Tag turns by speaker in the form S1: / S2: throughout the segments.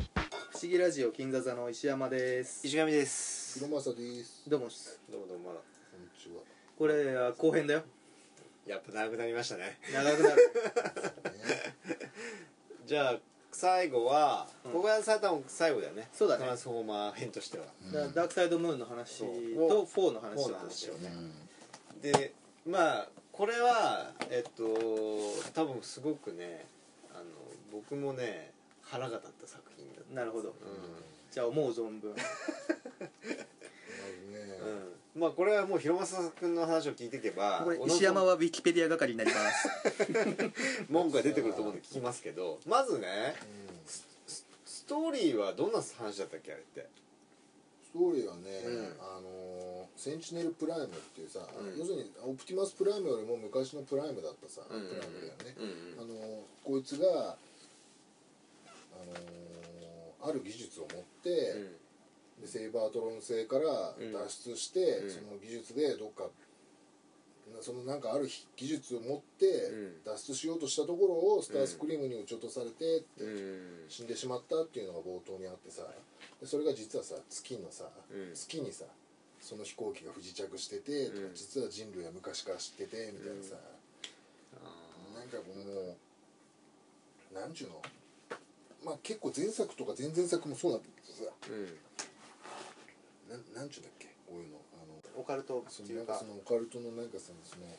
S1: 思議ラジオ金座座の石山です
S2: 石上です
S3: 黒正です
S1: どうも
S2: どうもどうも
S3: こんにちは
S1: これは後編だよ
S2: やっぱ長くなりましたね
S1: 長くな る
S2: じゃあ最後は、
S1: うん
S2: ここはさ多分最後だよね
S1: そうだね
S2: トランスフォーマー編としては
S1: だからダークサイドムーンの話
S2: そう
S1: とフォーの話
S2: フォーの
S1: とし
S2: 話
S1: よ
S2: を
S1: う
S2: ね
S3: うん
S2: でまあこれはえっと多分すごくねあの僕もね腹が立った作品だった
S1: なるほど
S2: う
S1: じゃあ思う存分
S3: なる
S2: ん、
S3: ね
S2: うん、まあこれはもう広政君の話を聞いていけば
S4: これ
S2: おのずと
S4: 石山はウィキペディア係になります
S2: 文句が出てくると思うんで聞きますけどまずね
S3: うん
S2: ストーリーはどんな話だったっけあれって
S3: ストーリーはね、
S2: うん
S3: あのーセンチネルプライムっていうさ、
S2: うん
S3: 要するにオプティマスプライムよりも昔のプライムだったさ、プライムだよね、あのーこいつが、あのーある技術を持って、でセイバートロン星から脱出して、
S2: うん
S3: その技術でどっかなそのなんかある日技術を持って
S2: うん
S3: 脱出しようとしたところをスタースクリームに撃ち落とされてって、
S2: うんうん
S3: 死んでしまったっていうのが冒頭にあってさでそれが実はさ月のさ、
S2: うん
S3: 月にさその飛行機が不時着してて、
S2: うん
S3: 実は人類は昔から知っててみたいなさ、なんかもうなんちゅうのまあ結構前作とか前々作もそうなんだけどさ
S2: うん
S3: なんなんちゅうんだっけこういうのあの
S2: オカルト
S3: そ
S2: っ
S3: の
S2: てい
S3: な
S2: うん
S3: か
S2: か
S3: そのオカルトのなんかさそのも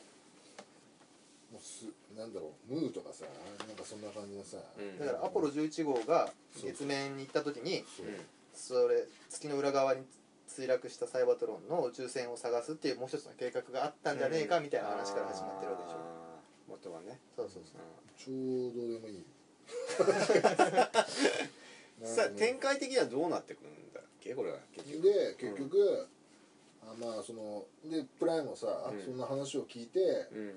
S3: うすなんだろうムーとかさなんかそんな感じのさ、
S2: うん
S1: だからアポロ11号が月面に行った時に
S3: そう
S1: それ月の裏側に墜落したサイバトロンの宇宙船を探すっていうもう一つの計画があったんじゃねえかみたいな話から始まってるわけでしょ
S2: あー元はね
S1: そうそうそう
S3: ちょうどでも いい
S2: さ
S3: なんかね
S2: 展開的にはどうなってくるんだっけこれは結局
S3: で結局、あまあそのでプライもさ、
S2: うん
S3: そんな話を聞いて、
S2: うん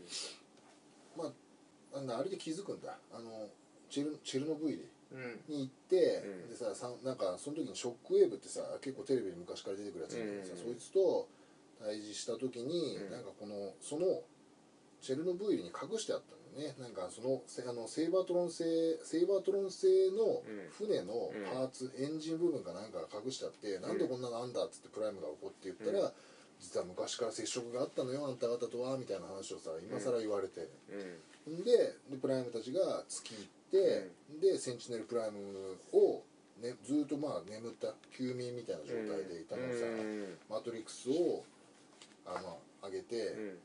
S3: まあなんだあれで気づくんだあのチェルチェルノブイリ
S1: うん
S3: に行って、
S2: うん
S3: でささんなんかその時にショックウェーブってさ結構テレビに昔から出てくるやつなんだけどさ、
S2: うん
S3: そいつと対峙した時に、
S2: うん
S3: なんかこのそのチェルノブイリに隠してあったんだよねなんかそのせあのセイバートロン製セイバートロン製
S2: う
S3: の
S2: ん
S3: 船のパーツ、エンジン部分かなんかが隠してあって、なんでこんなのあんだっつってプライムが怒って言ったら、実は昔から接触があったのよあんた方とはみたいな話をさ今更言われて。
S2: うん
S3: ででプライムたちが月行って、でセンチネルプライムを、ね、ずーっとまあ眠った休眠みたいな状態でいたの
S2: う
S3: さ、
S2: ん
S3: マトリックスをあの上げて、
S2: うん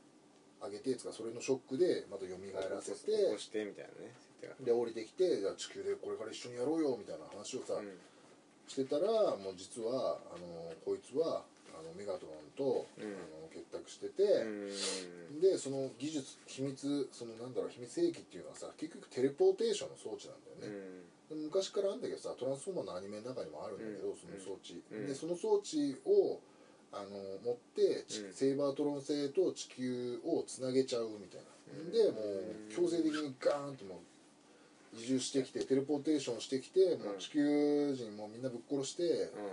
S3: 上げてつかそれのショックでまた蘇らせて
S2: 起こしてみたいなね設定が
S3: で降りてきてじゃあ地球でこれから一緒にやろうよみたいな話をさ、
S2: うん
S3: してたらもう実はあのこいつはあのメガトロンと、
S2: うん
S3: あの結託してて。
S2: うん
S3: でその技術秘密そのなんだろう秘密兵器っていうのはさ結局テレポーテーションの装置なんだよね、で昔からあるんだけどさトランスフォーマーのアニメの中にもあるんだけど、
S2: うん
S3: その装置、
S2: うん
S3: でその装置をあの持って、ち
S2: うん
S3: セイバートロン星と地球をつなげちゃうみたいな、
S2: うん
S3: でもう強制的にガーンともう移住してきてテレポーテーションしてきて、もう地球人もみんなぶっ殺して、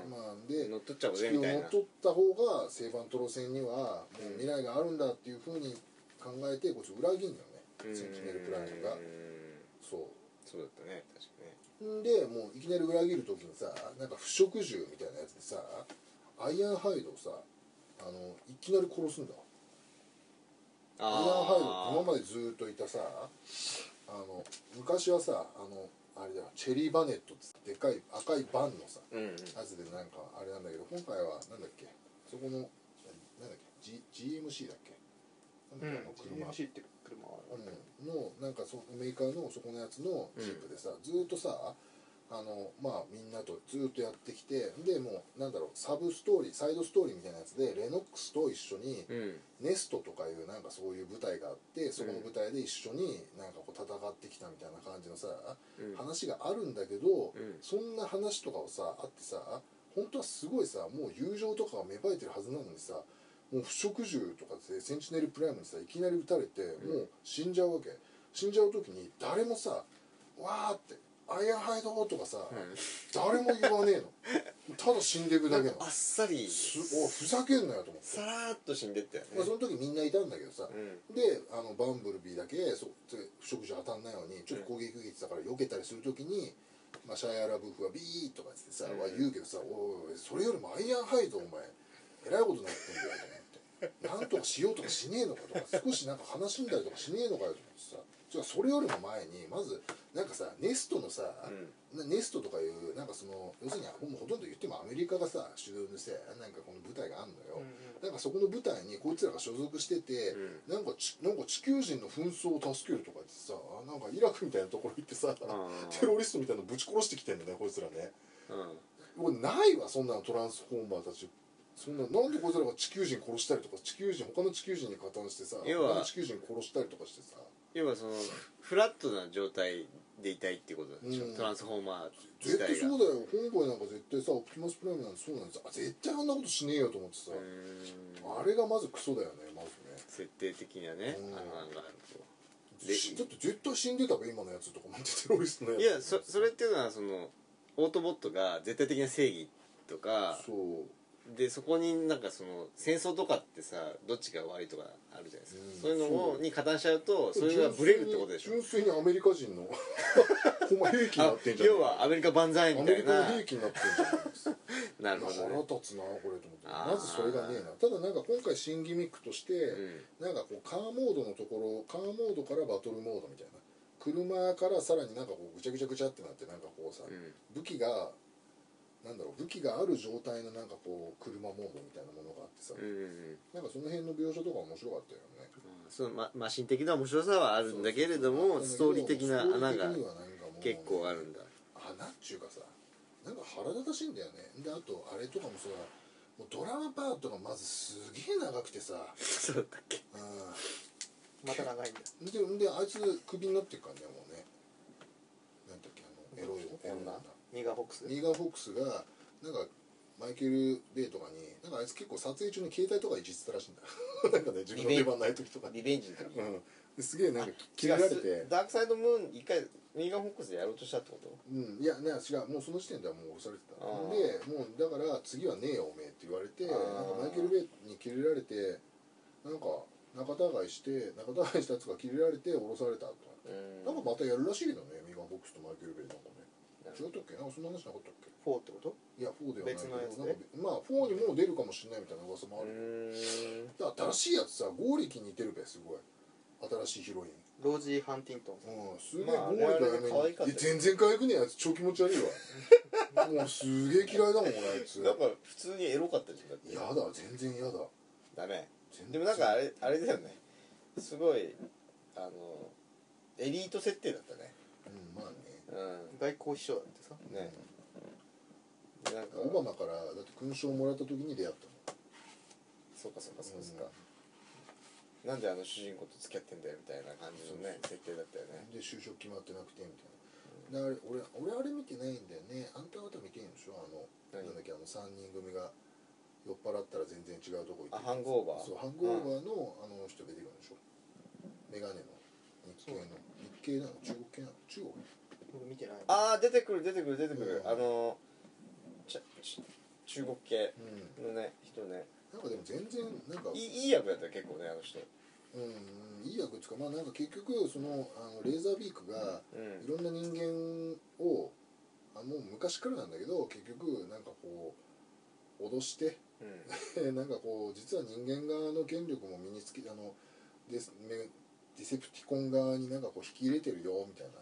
S2: うん
S3: まあ
S2: う
S3: で
S2: ん乗っ取っちゃおう
S3: 地
S2: ぜ
S3: 球を
S2: みたい
S3: 乗
S2: な
S3: っ取った方が西バントロ戦にはもう未来があるんだっていうふうに考えてこっち裏切るんだよねセンチネルプライムが
S2: うん
S3: そ
S2: そうだったね確かね
S3: うんでもういきなり裏切る時にさなんか不織獣みたいなやつでさアイアンハイドをさあのいきなり殺すんだアイアンハイド今までずっといたさあの昔はさあのあれだチェリーバネットっつってでっかい赤いバンのさ
S2: うんうん
S3: やつでなんかあれなんだけど今回はなんだっけそこのなんだっけ、G、GMC だっけ
S1: う
S3: なんだっ
S1: ん
S3: けあの車、
S1: GMC って車はあるんだけど
S3: うんのなんかそメーカーのそこのやつのジープでさ、ずーっとさあのまあみんなとずーっとやってきてでもうなんだろうサブストーリーサイドストーリーみたいなやつでレノックスと一緒に
S2: うん
S3: ネストとかいうなんかそういう舞台があってそこの舞台で一緒になんかこう戦ってきたみたいな感じのさ、
S2: うん
S3: 話があるんだけど、
S2: うん
S3: そんな話とかをさあってさ本当はすごいさもう友情とかが芽生えてるはずなのにさもう不織獣とかでセンチネルプライムにさいきなり撃たれてもう死んじゃうわけ、死んじゃう時に誰もさ「わー」って「アイアンハイド」とかさ、誰も言わねえのただ死んでいくだけの
S2: あっさり
S3: すおふざけんなよと思って。
S2: さらーっと死んでったよね
S3: まあ、その時みんないたんだけどさ、
S2: うん
S3: であのバンブルビーだけそ不織布当たんないようにちょっと攻撃受けてたから避けたりする時にマシャヤラブフはビーとかつってさ、は言うけどさおいおいそれよりもアイアンハイドお前えらいことになってんだよと思ってなんとかしようとかしねえのかとか少しなんか話しんだりとかしねえのかよと思ってさじゃあそれよりも前にまずなんかさネストのさ、なネストとかいうなんかその要するにもうほとんど言ってもアメリカがさ主導でさなんかこの舞台があるのよ、なんかそこの舞台にこいつらが所属してて、なんかちなんか地球人の紛争を助けるとか言ってさなんかイラクみたいなところ行ってさ、テロリストみたいなのぶち殺してきてんだねこいつらねもうないわそんなのトランスフォーマーたちそんななんでこいつらが地球人殺したりとか地球人他の地球人に加担してさ
S2: 要は
S3: 他の地球人殺したりとかしてさ
S2: 要はそのフラットな状態でいたいってことなんでしょ、
S3: うん
S2: トランスフォーマー
S3: 絶
S2: 自
S3: 対
S2: 体が
S3: そうだよ今回なんか絶対さオプティマスプライムなんてそうなんですあ絶対あんなことしねえよと思ってさ、
S2: うーん
S3: あれがまずクソだよねまずね
S2: 設定的にはね、
S3: うん
S2: あの案があるで
S3: しだって絶対死んでたべ今のやつとかもってテロリストのや
S2: と
S3: つ
S2: いやそそれっていうのはそのオートボットが絶対的な正義とか
S3: そう
S2: でそこになんかその戦争とかってさどっちが悪いとかあるじゃないですか、
S3: うん
S2: そういうのを
S3: そう
S2: に加担しちゃうとそれがブレるってことでしょ
S3: 純粋にアメリカ 人のほんま兵器にな
S2: あ
S3: ってんじゃん
S2: 要はアメリカ万歳
S3: ア
S2: みた
S3: メリ
S2: い
S3: カの
S2: な
S3: 兵器になってんじゃないですか
S2: なるほど、
S3: 腹
S2: ね
S3: 立つなこれと思って
S2: あー
S3: まずそれがねえなただなんか今回新ギミックとして、
S2: うん
S3: なんかこうカーモードのところカーモードからバトルモードみたいな車からさらになんかこうぐちゃぐちゃぐちゃってなってなんかこうさ、
S2: うん
S3: 武器がなんだろう武器がある状態のなんかこう車モードみたいなものがあってさ、
S2: うんうんうん
S3: なんかその辺の描写とか面白かったよね
S2: そのま、マシン的な面白さはあるんだけれどもストーリー的な穴が結構あるんだ
S3: 穴っちゅうかさなんか腹立たしいんだよねであとあれとかもさもうドラマパートがまずすげえ長くてさ、
S2: そうだったっけ
S3: う
S1: また長いんだ
S3: ん、でであいつクビになってっからねもうねなんだっけあのエロいエロい女
S1: ニガーフォックス
S3: ニーガー・フォックスがなんかマイケル・ベイとかになんかあいつ結構撮影中に携帯とかいじってたらしいんだ なんかね自分の出番ない時とか
S2: リ
S3: に、
S2: ベンジの時
S3: うん、ですげえなんか切れられて
S2: ダークサイドムーン一回ミーガン・フォックスでやろうとしたってこと
S3: うん、いやね違うもうその時点ではもう押されてた
S2: あー
S3: でもうだから次はねえよおめえって言われて
S2: あ
S3: なん
S2: ー
S3: かマイケル・ベイにキレられてなんか仲違いして仲違いしたやつがキレられて降ろされたと
S2: うん
S3: なんかまたやるらしいけどねミガン・ボックスとマイケル・ベイなんかね
S2: なる
S3: 違ったっけなんかそんな話なかったっけ
S1: 4ってこと
S3: いや4ではないけ
S1: 別
S3: ど
S1: のやつね
S3: なんかまあ4にも出るかもしれないみたいな噂もあ
S2: う
S3: る、
S2: ーん
S3: だから新しいやつさゴーリキ似てるべすごい新しいヒロイン
S1: ロージー・ハンティントンさん
S3: うんすげえ
S2: まあ
S3: ゴーリキ
S2: あれあれで可愛か
S3: や
S2: っ
S3: め
S2: た
S3: にいや全然可愛くねえやつ超気持ち悪い わもうすげえ嫌いだもん俺あいつ
S2: なんか普通にエロかったじゃんだって
S3: やだ全然やだ
S2: ダメ
S3: 全然
S2: でもなんかあれあれだよねすごいあのエリート設定だったね
S3: うんまあね
S2: う
S1: 外交秘書だってさ
S2: んねなんか
S3: オバマからだって勲章もらった時に出会った
S2: そうかそうかそうですか、なんであの主人公と付き合ってんだよみたいな感じのね設定だったよね
S3: もんで就職決まってなくてみたいなであれ俺俺あれ見てないんだよねあんた方見てんでしょあの
S2: 何
S3: なんだっけあの3人組が酔っ払ったら全然違うとこ行っ
S2: あ
S3: て
S2: ハングオーバー
S3: そうハングオーバーの、あの人出てくるんでしょメガネの日系の日系なの中国系なの中国
S1: 僕見てない
S2: ああ出てくる出てくる出てくる、
S3: うん
S2: あのちゃち中国系
S3: う
S2: の
S3: ん
S2: ね人ね
S3: なんかでも全然なんか
S2: いいいい役だったよ結構ねあの人
S3: うんいい役つかまあなんか結局そのあのレーザービークが
S2: う
S3: い
S2: ん
S3: ろんな人間をあもう昔からなんだけど結局なんかこう脅して
S2: うん
S3: でなんかこう実は人間側の権力も身につけあのデスメディセプティコン側になんかこう引き入れてるよみたいな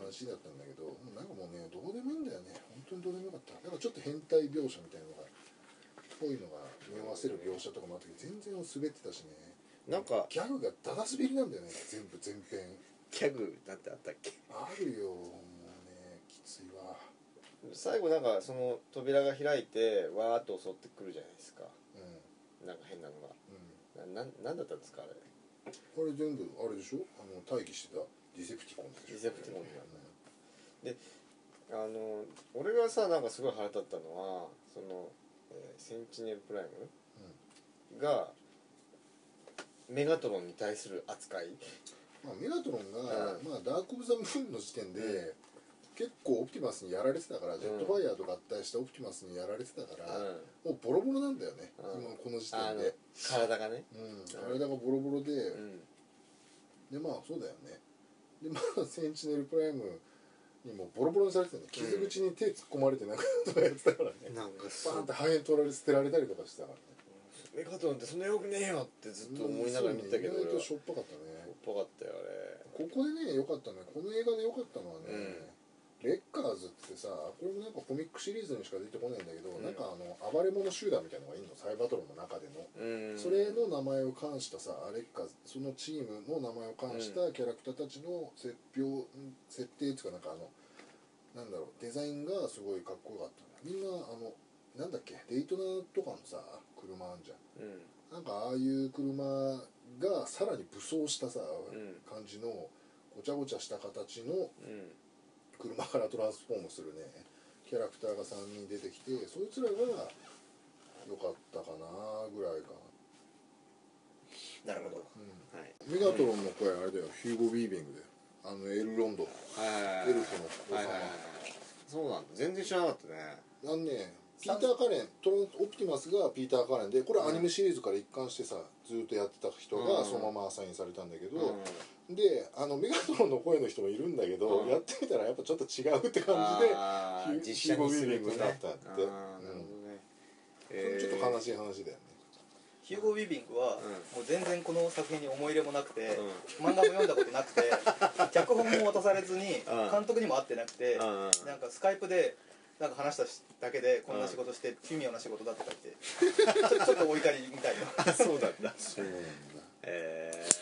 S3: 話だったんだけどもうなんかもうねどうでもいいんだよね本当にどうでもよかったなんかちょっと変態描写みたいなのがこういうのが見合わせる描写とかもあったけど全然滑ってたしね
S2: なんか
S3: ギャグがダダ滑りなんだよね全部全編
S2: ギャグなんてあったっけ
S3: あるよもうねきついわ
S2: 最後なんかその扉が開いてわーっと襲ってくるじゃないですか
S3: うん
S2: なんか変なの
S3: うん
S2: がななんなんだったんですかあれ
S3: あれ全部あれでしょあの待機してたディセプティコンでしょ
S2: ディセプティコンなんだ
S3: う
S2: あの俺がさなんかすごい腹立ったのはその、えーセンチネルプライムが、メガトロンに対する扱い
S3: んまあ、メガトロンが、
S2: うん
S3: まあ、ダーク・オブ・ザ・ムーンの時点で、
S2: う
S3: 結構オプティマスにやられてたから、ジェットファイヤーと合体したオプティマスにやられてたから、もうボロボロなんだよね、
S2: うん
S3: 今この時
S2: あ
S3: 点
S2: の
S3: で
S2: 体がね、
S3: うん、あれだからボロボロで、
S2: うん
S3: でまあそうだよねでまあセンチネルプライムにもうボロボロにされてたんで傷口に手突っ込まれてなんかとかやってたからね
S2: なんか
S3: バ
S2: そ
S3: ーンっ
S2: う
S3: て肺炎取られ捨てられたりとかしてたからね
S2: メガトロンってそんなよくねえよってずっと思いながら見てたけど
S3: 意
S2: 俺
S3: 外と
S2: は
S3: し
S2: しょ
S3: ょ
S2: っ
S3: っぱかったね
S2: ぱかったよあれ
S3: ここでね良かったのはこの映画で良かったのはね、レッカーズってさこれもなんかコミックシリーズにしか出てこないんだけど、
S2: うん
S3: なんかあの暴れ者集団みたいなのがいるのサイバトロンの中での、
S2: うん
S3: それの名前を冠したさレッカーズそのチームの名前を冠したキャラクターたちの設定設定っていうかなんかあのなんだろうデザインがすごいかっこよかったねみんなあのなんだっけデイトナとかのさ車あんじゃん
S2: うん
S3: なんかああいう車がさらに武装したさ、
S2: ん
S3: 感じのごちゃごちゃした形の
S2: うん
S3: 車からトランスフォームするねキャラクターが3人出てきてそいつらが良かったかなぐらいか
S2: なるほど
S3: な、うん
S2: はい
S3: メガトロンの声あれだよヒューゴ・ビービングだよあのエル・ロンド
S2: はい
S3: エルフの王様
S2: はいはいはいそうなんだ全然知らなかったね
S3: あのねピーター・カレントロンオプティマスがピーター・カレンでこれアニメシリーズから一貫してさずーっとやってた人
S2: う
S3: が
S2: ん
S3: そのままアサインされたんだけど、
S2: うん
S3: であのメガトロンの声の人もいるんだけど、
S2: うん
S3: やってみたらやっぱちょっと違うって感じで
S2: あー
S3: ヒュー
S2: 実写にすると
S3: ヒューゴウィービング
S2: ね
S3: になったって
S2: あーなるほどねえー
S3: ちょっと悲しい話だよね
S1: ヒューゴ・ウィービングは、
S2: うん
S1: もう全然この作品に思い入れもなくて、
S2: うん
S1: 漫画も読んだことなくて 脚本も渡されずに、
S2: うん
S1: 監督にも会ってなくて、
S2: うん
S1: なんかスカイプでなんか話したしだけでこんな仕事して、奇妙な仕事だとか言ってちょ ちょっとお怒りみたいな
S2: あそうなんだ
S3: そうなんだ
S2: えー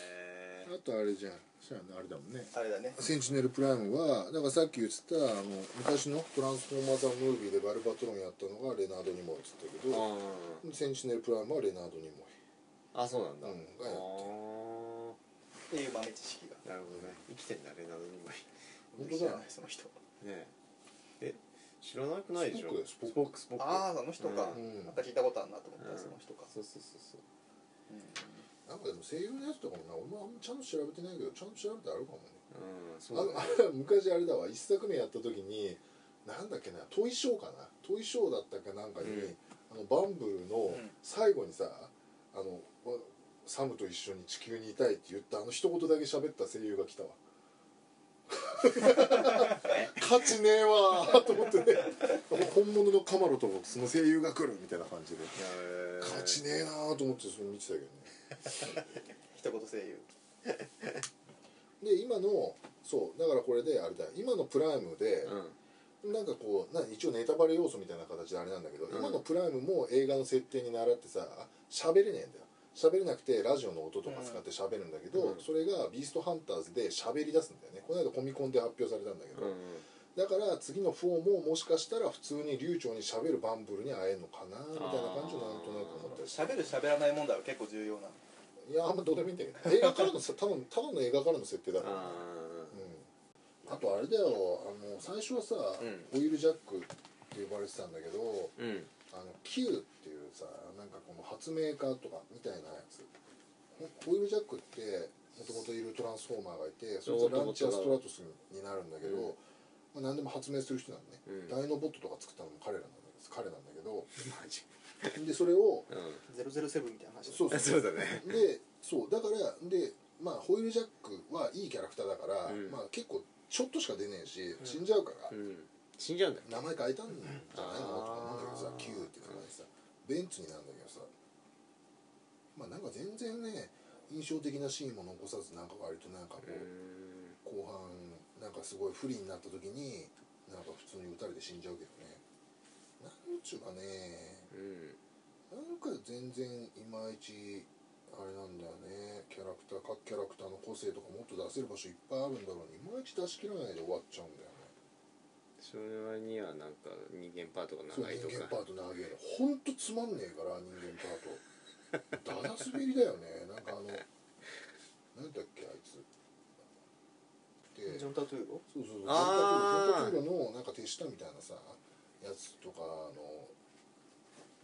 S3: あとあれじゃんそうやねあれだもんね
S1: あれだね
S3: センチネルプライムはだからさっき言ってたあの昔の「トランスフォーマー・ザ・ムービー」でバルバトロンやったのがレナード・ニモイっつったけ
S2: う
S3: ど
S2: ん
S3: センチネルプライムはレナード・ニモ
S2: あそうなんだ、
S3: うん
S2: あ
S3: やって
S1: っていう豆知識が
S2: ーなるほどね生きてんだね謎にも
S3: 本当だ
S1: 知らないその人
S2: ねええ知らなくないでしょ
S3: スポークだよス
S2: ポークスポーク
S1: あああの人か、
S2: うん
S1: なんか聞いたことあるなと思ったら、その人か、
S2: そうそうそうそう
S3: イなんかでも声優のやつとかもな俺もあんまちゃんと調べてないけどちゃんと調べてあるかもね
S2: うん
S3: あ
S2: そう
S3: の
S2: だ
S3: あ
S2: ね
S3: れ 昔あれだわ一作目やった時になんだっけなトイショーかなトイショーだったかなんかに、
S2: うん
S3: あのバンブルの
S1: ん
S3: 最後にさ、あのわサムと一緒に地球にいたいって言ったあの一言だけ喋った声優が来 たわ価値ねえわーと思ってね本物のカマロとその声優が来るみたいな感じで
S2: えー
S3: 価値ねえなーと思ってそれ見てたけどね
S1: 一言声優
S3: で今のそうだからこれであれだ今のプライムで、
S2: うん
S3: なんかこうな一応ネタバレ要素みたいな形であれなんだけ
S2: う
S3: ど、
S2: ん
S3: 今のプライムも映画の設定に習ってさ喋れねえんだよ喋れなくてラジオの音とか使って喋るんだけ
S2: う
S3: ど、
S2: ん
S3: それが「ビーストハンターズ」で喋り出すんだよねこの間コミコンで発表されたんだけ
S2: う
S3: ど、
S2: ん
S3: だから次の4ももしかしたら普通に流暢に喋るバンブルに会えるのかなみたいな感じをなんとなく思ったりして
S1: 喋る喋らない問題は結構重要なの
S3: いやあんまどうでもいいんだけど映画からのさ多分ただの映画からの設定だからね
S2: あ
S3: うんあとあれだよあの最初はさ、
S2: うん
S3: オイルジャックって呼ばれてたんだけど
S2: ーうん
S3: あの Q っていうさなんかこの発明家とかみたいなやつほオイルジャックってもともといるトランスフォーマーがいてそいつはランチャーストラトスになるんだけど、
S2: うん
S3: まあ、何でも発明する人なのね、
S2: うん
S3: ダイノボットとか作ったのも彼らなんだけど彼なんだけど
S2: マジ
S3: でそれ
S2: う
S3: を
S1: 007みたいな話だ
S3: そう
S2: んそ
S3: そう
S2: うだね
S3: でそうだからでまあホイールジャックはいいキャラクターだから、
S2: うん
S3: まあ結構ちょっとしか出ねえし死んじゃうから、
S2: うん死んじゃうんだよ
S3: 名前変えたんじゃないのとか思うんだけどさ
S2: あー
S3: Q って名前でさベンツになるんだけどさまあなんか全然ね印象的なシーンも残さずなんか割となんかこ
S2: う
S3: う、
S2: ん
S3: 後半なんかすごい不利になった時になんか普通に撃たれて死んじゃうけどねなんちゅうかね
S2: うん
S3: なんか全然いまいちあれなんだよねキャラクター各キャラクターの個性とかもっと出せる場所いっぱいあるんだろうにいまいち出し切らないで終わっちゃうんだよね
S2: それにはなんか人間パートが
S3: そう
S2: 長い
S3: 人
S2: と
S3: 間
S2: か
S3: パート長えのほんとつまんねえから人間パートだだ滑りだよねなんかあの何だっけあいつで
S1: ジョ
S3: そう
S1: ン・タトゥーロ
S3: そうそうジョン
S2: あー
S3: タクールジョンタクールのなんか手下みたいなさやつとかの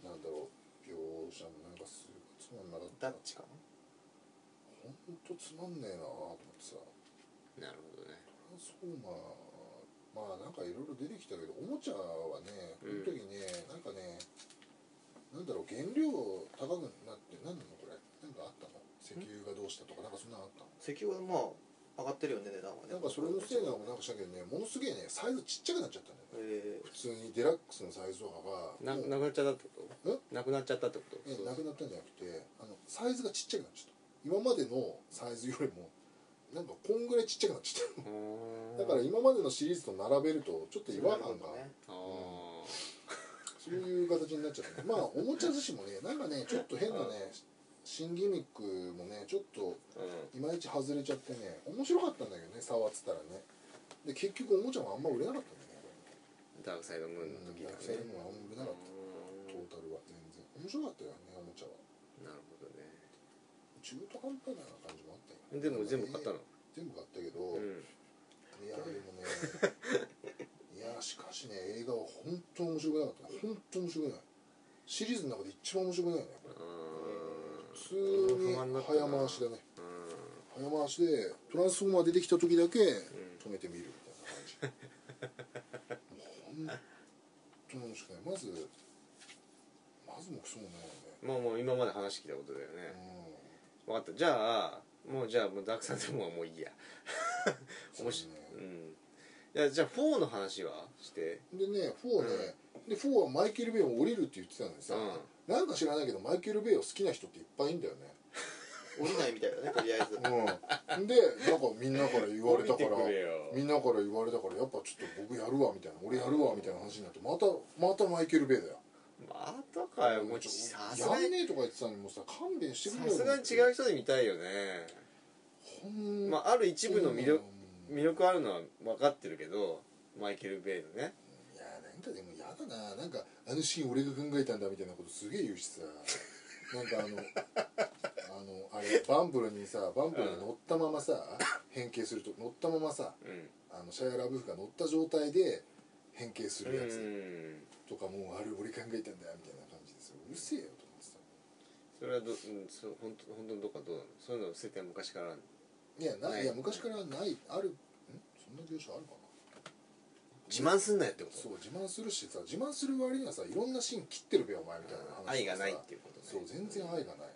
S3: なんだろう描写もなんかすごいつまんなかった
S1: ダッチかな
S3: ほんとつまんねえなと思ってさ
S2: なるほどね
S3: トランスフォーマーまあなんかいろいろ出てきたけどおもちゃはねこの時ね、なんかねなんだろう原料高くなって何なのこれなんかあったの石油がどうしたとかなんかそんなのあったの
S1: 石油はまあ上がってるよね値段はね
S3: なんかそれのせいなのかなんかしなきゃねものすげえねサイズちっちゃくなっちゃったんだよ
S1: え
S3: ね普通にデラックスのサイズとかが
S2: な
S3: もう
S2: なくなっちゃったってこと
S3: え
S2: なくなっちゃったってこ
S3: え
S2: と
S3: なくなったんじゃなくてあのサイズがちっちゃくなっちゃった今までのサイズよりもなんかこんぐらいちっちゃくなっちゃっ
S2: うーん
S3: ただから今までのシリーズと並べるとちょっと
S1: え
S3: 違和感が
S2: あー
S3: そういう形になっちゃったねまあおもちゃ寿司もねなんかねちょっと変なね新ギミックもねちょっ
S2: う
S3: といまいち外れちゃってね面白かったんだけどね触ってたらねで結局おもちゃもあんま売れなかったんだよね
S2: んダークサイドムーンの時だね
S3: 学生にもあんま売れなかっ
S2: う
S3: た
S2: ーん
S3: トータルは全然面白かったよねおもちゃは
S2: なるほどね
S3: 中途半端な感じもあったよね
S2: でも全部買ったの、
S3: 全部買ったけど、
S2: うん
S3: いやでもねいやしかしね映画は本当面白くなかったね本当面白くないシリーズの中で一番面白くないねこれ普通に早回しだね
S2: うん
S3: 早回しでトランスフォーマー出てきた時だけ止めてみるみたいな感じ、もう本当に面白くないまずまずもクソもないよね
S2: まあもう今まで話聞いたことだよね
S3: う
S2: 分かったじゃあもうじゃあもうダークサイドムーンはもういいや
S3: ん
S2: 面白い
S3: そうね
S2: うんいやじゃあ4の話はして
S3: でね4ね、で4はマイケル・ベイを降りるって言ってたのにさ、
S2: う
S3: なんか知らないけどマイケル・ベイを好きな人っていっぱいいんだよね
S1: 降りないみたいだねと りあえず
S3: うんでなんかみんなから言われたから
S2: 降りてくれよ
S3: みんなから言われたからやっぱちょっと僕やるわみたいな俺やるわみたいな話になってまたまたマイケル・ベイだよ
S2: またかよもう
S3: ち
S2: ち
S3: ょ
S2: さすが
S3: や
S2: に
S3: んねえとか言ってたのにもうさ勘弁してくれ
S2: さすがに違う人で見たいよね、
S3: ほん
S2: まあ、ある一部の魅力
S3: うん
S2: 魅力あるのは分かってるけどマイケル・ベイのね
S3: いやなんかでもやだななんかあのシーン俺が考えたんだみたいなことすげえ言うしさなんかあのあのあれバンブルにさバンブルに乗ったままさ変形すると乗ったままさ
S2: うん
S3: あのシャイア・ラブフが乗った状態で変形す
S2: う
S3: るやつ
S2: ん
S3: とかもうあれ俺考えたんだみたいな感じですようるせえよと思ってた
S2: それはど、うん、そう本当本当のどっかどうなのそういうの設定は昔からあるの
S3: いやな
S2: ない
S3: いや昔からないあるんそんな業種あるかな
S2: 自慢すんなよってこと
S3: そう自慢するしさ自慢する割にはさいろんなシーン切ってるべお前みたいな話
S2: 愛がない
S3: さ
S2: っていうことね
S3: そう全然愛がない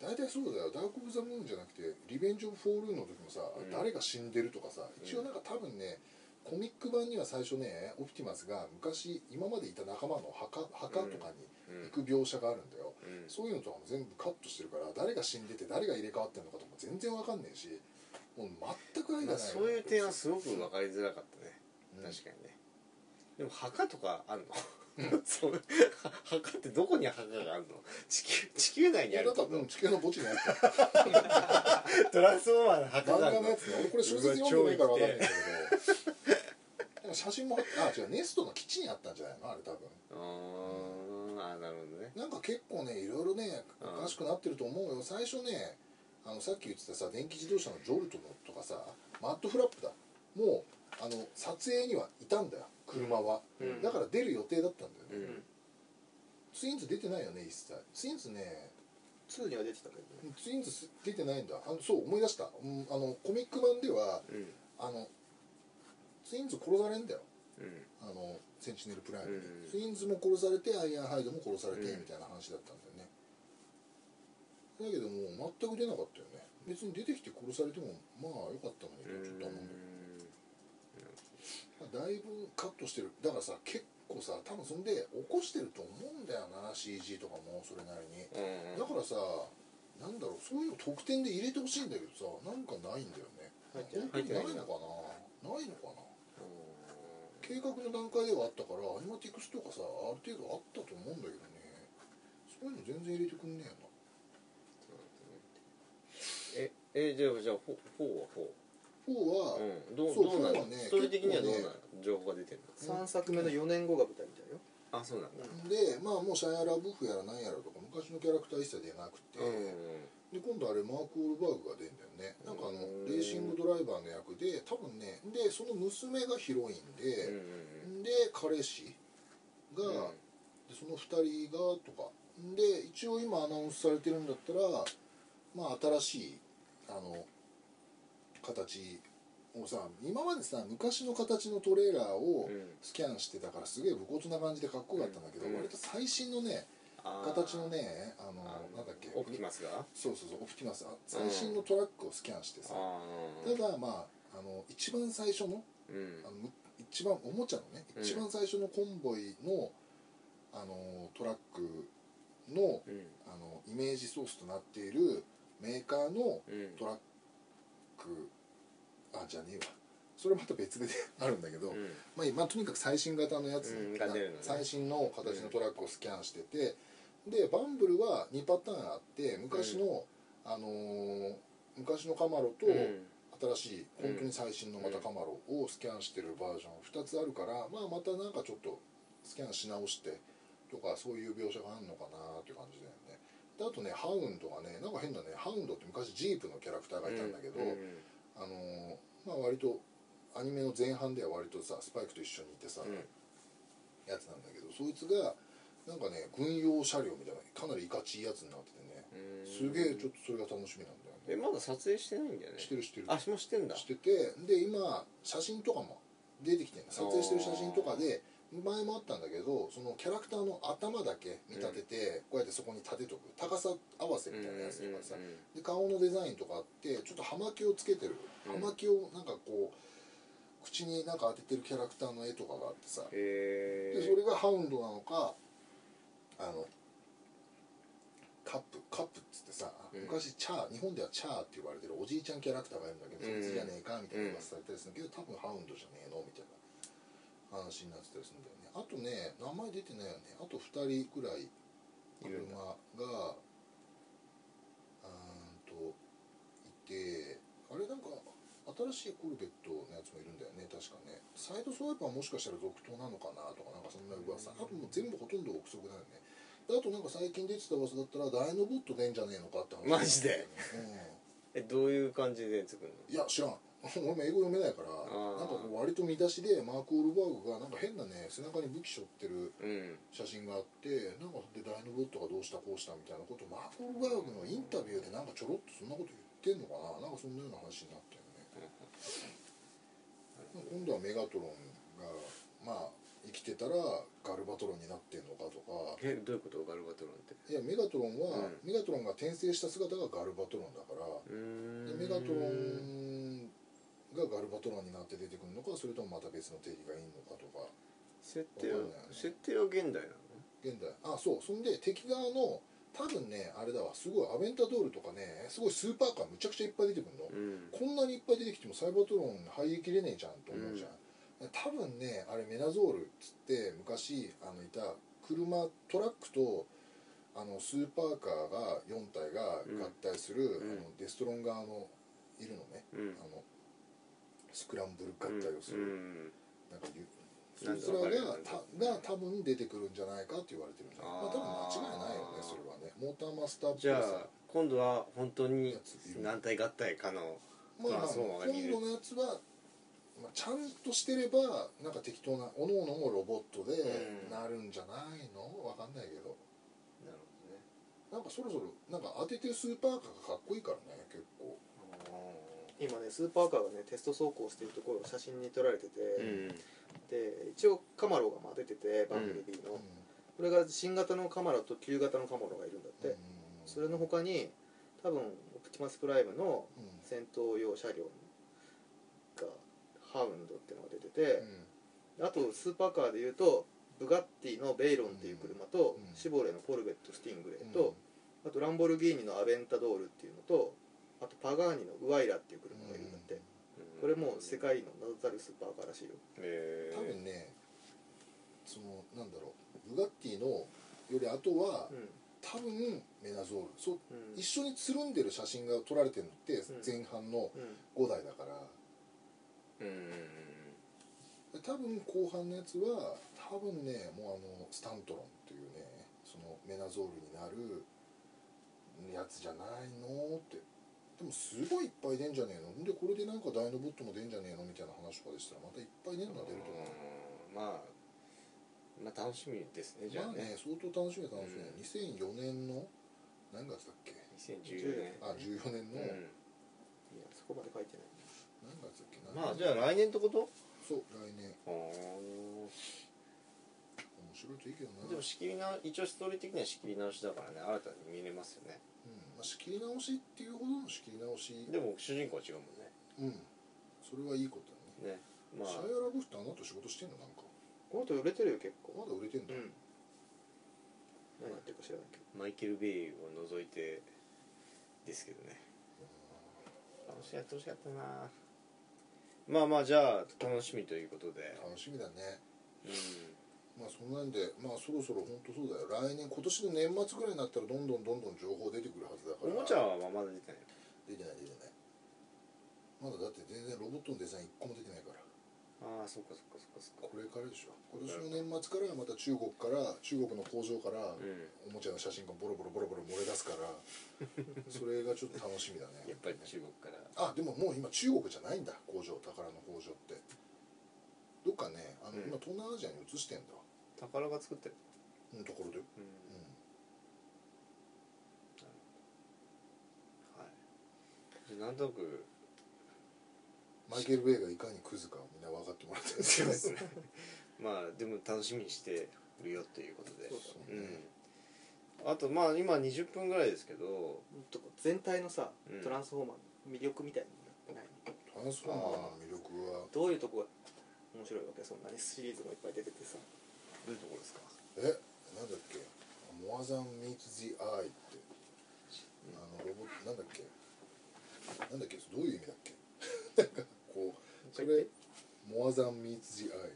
S3: 大体そうだよダーク・オブ・ザ・ムーンじゃなくてリベンジ・オブ・フォールーンの時もさ、
S2: うん
S3: 誰が死んでるとかさ一応なんか多分ねコミック版には最初ねオプティマスが昔今までいた仲間の墓墓とかに行く描写があるんだよ、
S2: うん
S3: そういうのとかも全部カットしてるから誰が死んでて誰が入れ替わってるのかとかも全然わかんねえしもう全く愛
S2: ま
S3: が
S2: あ、
S3: ない
S2: そういう点はすごく分かりづらかったね、
S3: うん
S2: 確かにねでも墓とかあるの そうは墓ってどこに墓があるの地球地球内
S3: い
S2: にあ
S3: や
S2: る
S3: だ
S2: っ
S3: か
S2: てこ
S3: らうん
S2: と
S3: 地球の墓地にあった
S2: トランスフォーマーの墓
S3: 漫
S2: がある
S3: 画
S2: の
S3: のやつね俺これ小説読んでないから分かんないんだけど写真もあ違うネストの基地にあったんじゃないのあれ多分
S2: うーんあーなるほどね
S3: なんか結構ねいろいろね
S2: うん
S3: おかしくなってると思うよ最初ねあのさっき言ってたさ電気自動車のジョルトのとかさマッドフラップだもうあの撮影にはいたんだよ車は、
S1: うん
S3: だから出る予定だったんだよね、
S2: うん
S3: ツインズ出てないよね一切ツインズね
S1: 2には出てたけどね
S3: ツインズ出てないんだあのそう思い出した、うん、あのコミック版では
S2: うん
S3: あのツインズ殺されんだよ
S2: うん
S3: あのセンチネルプライムに、
S2: うん
S3: ツインズも殺されてアイアンハイドも殺されて
S2: うん
S3: みたいな話だったんだよね、だけどもう全く出なかったよね別に出てきて殺されてもまあよかったのにとちょっとは思うんだけどまあだいぶカットしてるだからさ結構さ多分そんで起こしてると思うんだよな CG とかもそれなりに
S2: うんうん
S3: だからさなんだろうそういうの特典で入れてほしいんだけどさなんかないんだよね
S1: 入ってない
S3: 本当にないのかなないのかな計画の段階ではあったからアニマティクスとかさある程度あったと思うんだけどねそういうの全然入れてくんねえな
S2: ええじゃあじゃあフォフォーはフォー
S3: 4は、
S2: うん、どう
S3: そう
S2: どうな
S3: フォー
S2: の、
S3: はね
S2: ストーリー的にはどうなの、
S3: 結
S2: 情報が出てる
S1: 3作目の4年後が舞台みたいよ
S2: のあそうなんだ
S3: でまあもうシャイアラ・ブフやら何やらとか昔のキャラクター一切出なくて、
S2: うん
S3: で今度あれマーク・オールバーグが出るんだよねなんかあ
S2: うん
S3: のレーシングドライバーの役で多分ねでその娘がヒロイン
S2: うんうん
S3: で、で彼氏
S2: う
S3: が、
S2: ん
S3: でその2人がとかで一応今アナウンスされてるんだったらまあ新しいあの形をさ今までさ昔の形のトレーラーを
S2: うん
S3: スキャンしてたからすげえ武骨な感じでかっこよかったんだけど、
S2: うん
S3: 割と最新のね
S2: あー
S3: 形のねあの
S2: あ
S3: なんだっけ
S2: オプティマスが
S3: そうそうそうオプティマスあ最新のトラックをスキャンしてさ、
S2: あ
S3: ただまああの一番最初の
S2: ーうん
S3: あのむ一番おもちゃのね
S2: うん
S3: 一番最初のコンボイのあのトラックの
S2: うん
S3: あのイメージソースとなっているメーカーの
S2: うん
S3: トラックあじゃねえわそれまた別で あるんだけど、
S2: うん
S3: まあ、今とにかく最新型のやつ、
S2: うんが出るのね
S3: 最新の形のトラックをスキャンしてて、でバンブルは2パターンあって昔の、あのー昔のカマロと、
S2: うん
S3: 新しい本当に最新のまたカマロをスキャンしてるバージョン2つあるから、まあ、またなんかちょっとスキャンし直してとかそういう描写があるのかなっていう感じだよねであとねハウンドがねなんか変だねハウンドって昔ジープのキャラクターがいたんだけど、
S2: うん
S3: あのーまあ、割とアニメの前半では割とさスパイクと一緒にいてさ、
S2: うん
S3: やつなんだけどそいつがなんかね軍用車両みたいなかなりいかちいやつになっててね
S2: うん
S3: すげえちょっとそれが楽しみなんだよね
S2: えまだ撮影してないんだよね
S3: してるしてる
S2: あもうしてんだ
S3: しててで今写真とかも出てきてるの撮影してる写真とかで前もあったんだけどそのキャラクターの頭だけ見立てて、こうやってそこに立てとく高さ合わせみたいなやつとかさ、
S2: うんうんうん
S3: で顔のデザインとかあってちょっと葉巻をつけてる
S2: うん
S3: 葉巻をなんかこう口になんか当ててるキャラクターの絵とかがあってさ
S2: へ
S3: で
S2: え
S3: それがハウンドなのかあのカップカップっつってさ、
S2: うん
S3: 昔チャー日本ではチャーって言われてるおじいちゃんキャラクターがいるんだけど、
S2: うん
S3: そいつじゃねえかみたいな噂されたりするけど、多分ハウンドじゃねえのみたいな話になってたりするんだよねあとね名前出てないよねあと2人くらい
S2: いるんだ
S3: 車がうーんといてあれなんか新しいコルベットのやつもいるんだよね確かねサイドスワイプはもしかしたら続投なのかなとかなんかそんな噂あともう全部ほとんど憶測だよねであとなんか最近出てた噂だったらダイノボット出んじゃねえのかって話
S2: マジで、えどういう感じで作る
S3: うん、いや知らん 俺も英語読めないから
S2: ー
S3: なんかこう割と見出しでマーク・オルバーグがなんか変なね背中に武器背負ってる
S2: のうん
S3: 写真があってなんかでダイノボットがどうしたこうしたみたいなことマーク・オルバーグのインタビューでなんかちょろっとそんなこと言ってんのかななんかそんなような話になってるね今度はメガトロンがまあ生きてたらガルバトロンになってんのかとか
S2: えどういうことガルバトロンって
S3: いやメガトロンは、
S2: うん
S3: メガトロンが転生した姿がガルバトロンだから、
S2: うー
S3: で
S2: ん
S3: メガトロンがガルバトロンになって出てくるのかそれともまた別の定義がいいのかとか
S2: 設定は
S3: わかんないよね
S2: 設定は現代なの
S3: 現代あそうそんで敵側の多分ねあれだわすごいアベンタドールとかねすごいスーパーカーむちゃくちゃいっぱい出てくるの、
S2: うん
S3: こんなにいっぱい出てきてもサイバートロン入りきれねえじゃんと思うじゃん、多分ねあれメナゾールっつって昔あのいた車トラックとあのスーパーカーが4体が合体する、
S2: ん
S3: あのデストロン側のいるのね、
S2: うん
S3: あのスクランブル合体をする、
S2: うん
S3: なんかゆそ
S2: なん
S3: い
S2: と
S3: つ
S2: からわかるよう
S3: が
S2: にな
S3: た
S2: った
S3: が多分出てくるんじゃないかって言われてるんだ
S2: あー
S3: まあ多分間違いないよねそれはねモーターマスターっぽい
S2: じゃあ
S3: さ
S2: 今度は本当に
S3: やついる
S2: 何体合体かの
S3: まあま
S2: ト
S3: あ
S2: ランスフォーマーが見
S3: 今
S2: る
S3: 度のやつは、まあ、ちゃんとしてればなんか適当なおのおのもロボットで
S2: うん
S3: なるんじゃないのわかんないけど
S2: なる
S3: なんかそろそろなんか当ててるスーパーカーがかっこいいからね結構
S2: ほ
S1: 今ねスーパーカーがねテスト走行してるところを写真に撮られてて、
S2: どねうん
S1: で一応カマロがまあ出ててバンブルビーの、
S3: うん
S1: これが新型のカマロと旧型のカマロがいるんだって、
S3: うん
S1: それの他に多分オプティマスプライムの
S3: うん
S1: 戦闘用車両がハウンドっていうのが出て
S3: う
S1: て、
S3: ん
S1: あとスーパーカーでいうとブガッティのベイロンっていう車と、
S3: うん
S1: シボレーのコルベットスティングレーと、あとランボルギーニのアベンタドールっていうのとあとパガーニのウワイラっていう車がいるんだって、
S2: うん
S1: これもう世界の名だたるスーパーカーらしいよ
S2: えー
S3: 多分ねそのなんだろうブガッティのより後は、
S1: うん
S3: 多分メナゾールそう
S1: うん
S3: 一緒につるんでる写真が撮られてるのって
S1: ん
S3: 前半の
S1: うん
S3: 5台だから
S2: うんうん
S3: で多分後半のやつは多分ねもうあのスタントロンっていうねそのメナゾールになるやつじゃないのってでもすごいいっぱい出んじゃねえのんでこれでなんかダイノボットも出んじゃねえのみたいな話とかでしたらまたいっぱい出るのは出ると思う
S2: うんまあまあ楽しみですねじゃあ
S3: まあ
S2: ね
S3: ね相当楽しみだ楽しみだ、
S2: うん
S3: 2004年の何月だっけ
S2: 2014年
S3: あ14年の、
S2: う
S1: いやそこまで書いてない
S3: 何月だっけ
S2: んまあ
S3: な
S2: じゃあ来年ってこと
S3: そう来年面
S2: あー
S3: 白白いといいけどな、
S2: でも仕切りな一応ストーリー的には仕切り直しだからね新たに見れますよね
S3: うんまあ、仕切り直しっていうほどの仕切り直し
S2: でも主人公は違うもん
S3: うんそれはいいことだね
S2: ねねまあ
S3: シャイアラ・ボフってあの後仕事してんのなんか
S1: この人売れてるよ結構
S3: まだ売れてん
S1: う
S3: だ、
S1: ん何やってるか知らないけど
S2: マイケル・ベイを除いてですけどね楽しかった楽しかったなまあまあじゃあ楽しみということで、
S3: 楽しみだね
S2: うん、
S3: まあそんなんでまあそろそろ本当そうだよ来年今年の年末ぐらいになったらどんどんどんどん情報出てくるはずだか
S2: お
S3: ら
S2: もちゃはまだ出てない
S3: 出てない出てないまだだって全然ロボットのデザイン一個も出てないから
S2: ああそっかそっかそっかそっ
S3: こ
S2: か
S3: れからでしょ今年の年末からまた中国から中国の工場から
S2: ん
S3: おもちゃの写真がボロボロボロボロ漏れ出すから それがちょっと楽しみだね
S2: やっぱり中国から
S3: あでももう今中国じゃないんだ工場宝の工場ってどっかねあの、
S2: うん
S3: 今東南アジアに移してんだ
S2: 宝が作ってる、
S3: うんところで
S2: うん
S3: う
S2: はいじゃあなんとなく
S3: んマイケル・ベイがいかにクズかみんな分かってもらってるんで
S2: そ
S3: すけ
S2: う
S3: ど
S2: ですねまあでも楽しみにしてるよということで
S1: そう
S3: だね
S2: うん、あとまあ今20分ぐらいですけど
S1: うんとこ全体のさ
S2: うん
S1: トランスフォーマーの魅力みたいなのない
S3: トランスフォーマーの魅力は
S1: どういうとこが面白いわけそんなにシリーズもいっぱい出ててさ
S2: どういうところですか
S3: えなんだっけ「モアザン・ミート・ジ・アイ」ってあのロボットなんだっけなんだっけどういう意味だっけなんかこうそれ「モアザン・ミート・ジ・アイ」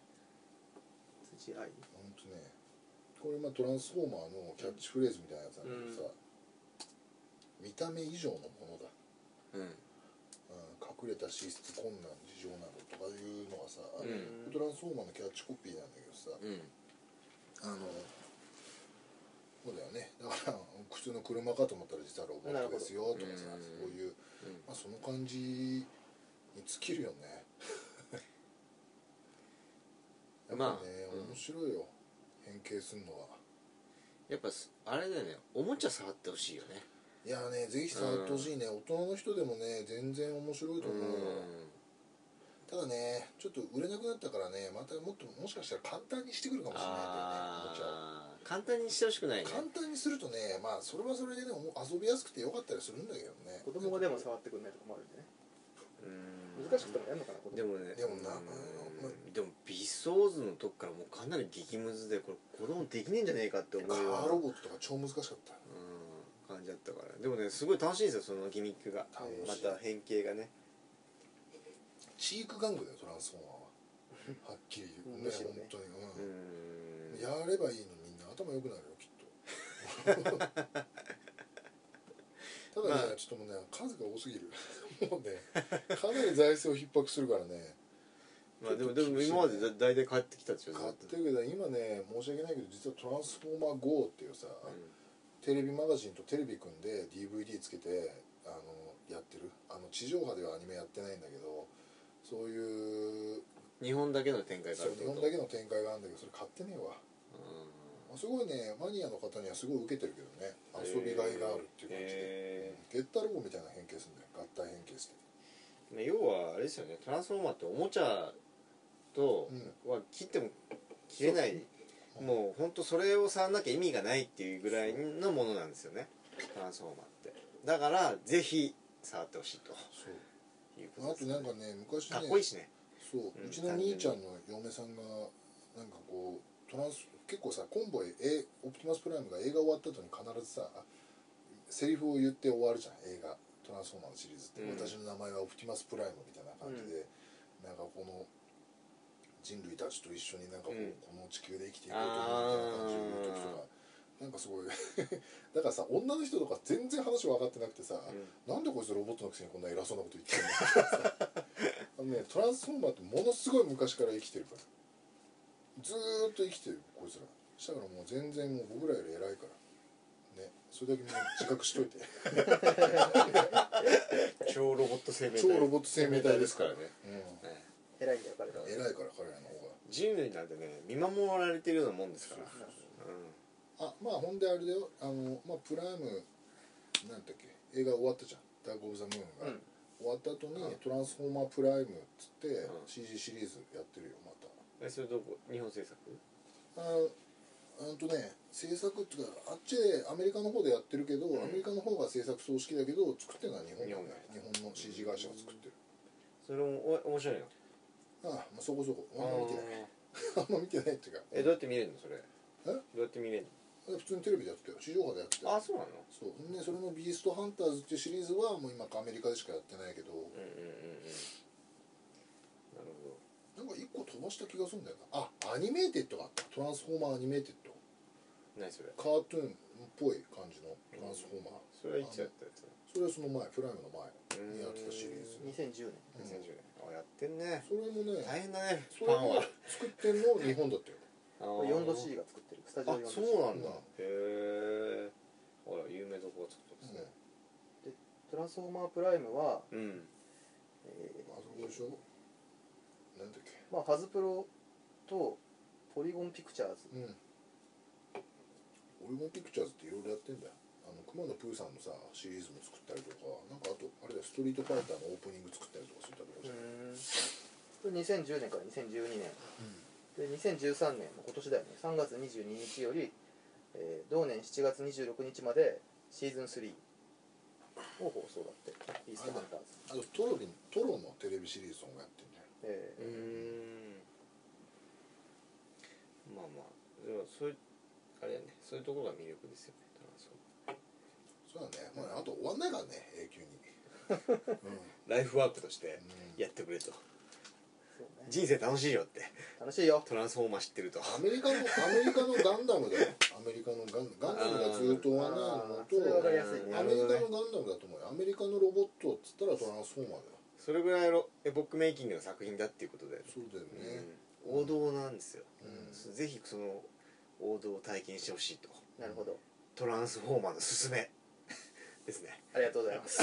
S1: 土愛
S3: ほんとねこれまあトランスフォーマーのキャッチフレーズみたいなやつなんだけどさ、見た目以上のものだ、
S2: うん
S3: うん、隠れた資質困難事情などとかいうのがさ、あの
S1: うん
S3: トランスフォーマーのキャッチコピーなんだけどさ、
S2: うん
S3: あのそうだよねだから普通の車かと思ったら実はロボットですよとかさ
S2: なるほど
S3: そういう、まあ、その感じに尽きるよね やっ
S2: まあ
S3: ぱね、
S2: うん
S3: 面白いよ変形するのは
S2: やっぱすあれだよねおもちゃ触ってほしいよね
S3: いやねぜひ触ってほしいね、大人の人でもね全然面白いと思うよただねちょっと売れなくなったからねまたもっともしかしたら簡単にしてくるかもしれないんだよねおもちゃを
S2: あー簡単にしてほしくないね
S3: 簡単にするとねまあそれはそれでねおも遊びやすくてよかったりするんだけどね
S1: 子供がでも触ってくんないと困るんでね
S2: うん
S1: 難しくてもやるのかな子供
S2: でもね
S3: でもな
S2: うん
S3: ま
S2: でも微想図のとこからもうかなり激ムズでこれ子供できねえんじゃねえかって思
S3: カ
S2: うような
S3: ーロボットとか超難しかった
S2: うん感じだったからでもねすごい楽しいんですよそのギミックが
S3: 楽
S2: ま
S3: しい
S2: た変形がね
S3: チーク玩具だよトランスフォーマーははっきり言う
S1: うん
S3: ね
S1: むしろね
S3: 本
S2: う
S3: 当に、うん
S2: ん
S3: やればいいのみんな頭良くなるよきっ とただね、
S2: まあ
S3: ちょっともうね数が多すぎる もうねかなり財政を逼迫するから ね
S2: まあでもでも今までだ大体帰ってきたでしょ
S3: 買ってるけど今ね申し訳ないけど実は「トランスフォーマー GO」っていうさ、
S2: うん
S3: テレビマガジンとテレビ組んで DVD つけてあのやってるあの地上波ではアニメやってないんだけどそういう
S2: 日本だけの展開があ
S3: そ
S2: る
S3: う
S2: って
S3: 日
S2: こ
S3: 本
S2: と
S3: だけの展開があるんだけどそれ買ってねえわあすごいねマニアの方にはすごい受けてるけどね遊びがいがあるっていう感じで、
S2: え
S3: ゲッタロボみたいな変形するんだよ合体変形して
S2: ーまあ要はあれですよねトランスフォーマーっておもちゃとは切っても切れない、
S3: うん
S2: もう本当それを触んなきゃ意味がないっていうぐらいのものなんですよねトランスフォーマーってだからぜひ触ってほしいと
S3: そう
S2: いうこ
S3: あ
S2: と
S3: と
S2: ですね
S3: なんかね昔ね
S2: かっこいいしね
S3: そう、
S2: う
S3: うんちの兄ちゃんの嫁さんがなんかこうトランス結構さコンボイ、えオプティマスプライムが映画終わった後に必ずさセリフを言って終わるじゃん映画「トランスフォーマー」のシリーズって、
S2: うん
S3: 私の名前はオプティマスプライムみたいな感じで、なんかこの人類たちと一緒になんかこう、
S2: うん
S3: この地球で生きていこうと思うみたいな感じを言う時とかなんかすごい だからさ女の人とか全然話分かってなくてさ、なんでこいつロボットのくせにこんな偉そうなこと言ってんの あのねトランスフォーマーってものすごい昔から生きてるからずーっと生きてるこいつらしたからもう全然もう僕らより偉いからねそれだけみんな自覚しといて
S2: 超ロボット生命体
S3: 超ロボット生命体ですからね、
S2: ね
S3: う
S2: ね
S1: 偉いんだよ彼ら
S3: ん、
S1: は
S3: 偉いから彼らの方
S2: 人類なんてね見守られてるようなもんですから
S1: そう
S3: があまあほんであれだよあの、まあ、プライムなんだっけ映画終わったじゃん「ダーク・オブ・ザ・ムーンが」
S1: うん
S3: 終わった後に、
S2: うん
S3: トランスフォーマープライム」っつって、
S2: ん
S3: CG シリーズやってるよまた
S2: うんえそれどこ日本制作
S3: あのうんとね制作っていうかあっちでアメリカの方でやってるけど、アメリカの方が制作総指揮だけど作ってるのは日本だね
S2: 日
S3: 日本の CG 会社が作ってる、
S2: それもお面白いの
S3: ああまあそこそこあんま見てないあんま見てないっていうか
S2: えどうやって見れるのそれ
S3: え
S2: どうやって見れる
S3: 普通にテレビでやってたよ地上波でやってた
S2: の
S3: よ
S2: あそうなの
S3: そうほんでそれの「ビーストハンターズ」っていうシリーズはもう今アメリカでしかやってないけど
S2: うんうんうんうんなるほ
S3: なんか一個飛ばした気がするんだよなあアニメーテッドがあったトランスフォーマーアニメーテッド
S2: ど何それ
S3: カートゥーンっぽい感じのトランスフォーマー
S2: それはいつやったやつな
S3: それはその前プライムの前
S2: の
S3: にやってたシリーズ
S1: 2010年
S2: うーん2010年あやってんね
S3: それもね
S2: 大変だねフ
S3: それ
S2: ァン
S3: も
S2: は
S3: 作ってんの日本だったよ
S1: これ 4°C が作ってるスタジオ
S2: あ
S1: 4°C
S2: そうなんだ
S3: うん
S2: へえほら有名どこが作ったんですね
S1: トランスフォーマープライムは、
S2: うん
S1: え
S3: あそこでしょなんだっけ
S1: ーまあ、ハズプロとポリゴンピクチャーズ
S3: うんオリゴンピクチャーズっていろいろやってんだよあの熊野プーさんのさシリーズも作ったりとかなんかあとあれだよストリートファイターのオープニング作ったりとかそういったとこ
S1: う
S3: じゃん
S1: んこれ2010年から2012年、で2013年もう今年だよね3月22日より、えー同年7月26日までシーズン3を放送だって「ビーストハンターズ
S3: あとトロリントロのテレビシリーズとかもやってんじゃん」
S1: え
S2: うーんまあまあでもそういうあれやねそういうところが魅力ですよねトランスフォーマ
S3: そうだね、まあ、あと終わんないからね永久に、 うん
S2: ーライフワークとして
S3: うん
S2: やってくれと
S1: ーそうね
S2: 人生楽しいよって
S1: 楽しいよ
S2: トランスフォーマー知ってると
S3: アメリカのアメリカのガンダムだよアメリカのガンガンダムがずっと終わんないの
S1: あー
S3: と
S1: それは分かりやすい
S2: うん
S1: ね
S3: アメリカのガンダムだと思うよアメリカのロボットっつったらトランスフォーマーだよ
S2: それぐらいのエポックメイキングの作品だっていうことで、
S3: そうだよね、
S2: うん王道なんですよ、
S3: う
S2: ぜひその王道を体験してほしいと
S1: なるほど
S2: トランスフォーマーのすすめですね
S1: ありがとうございます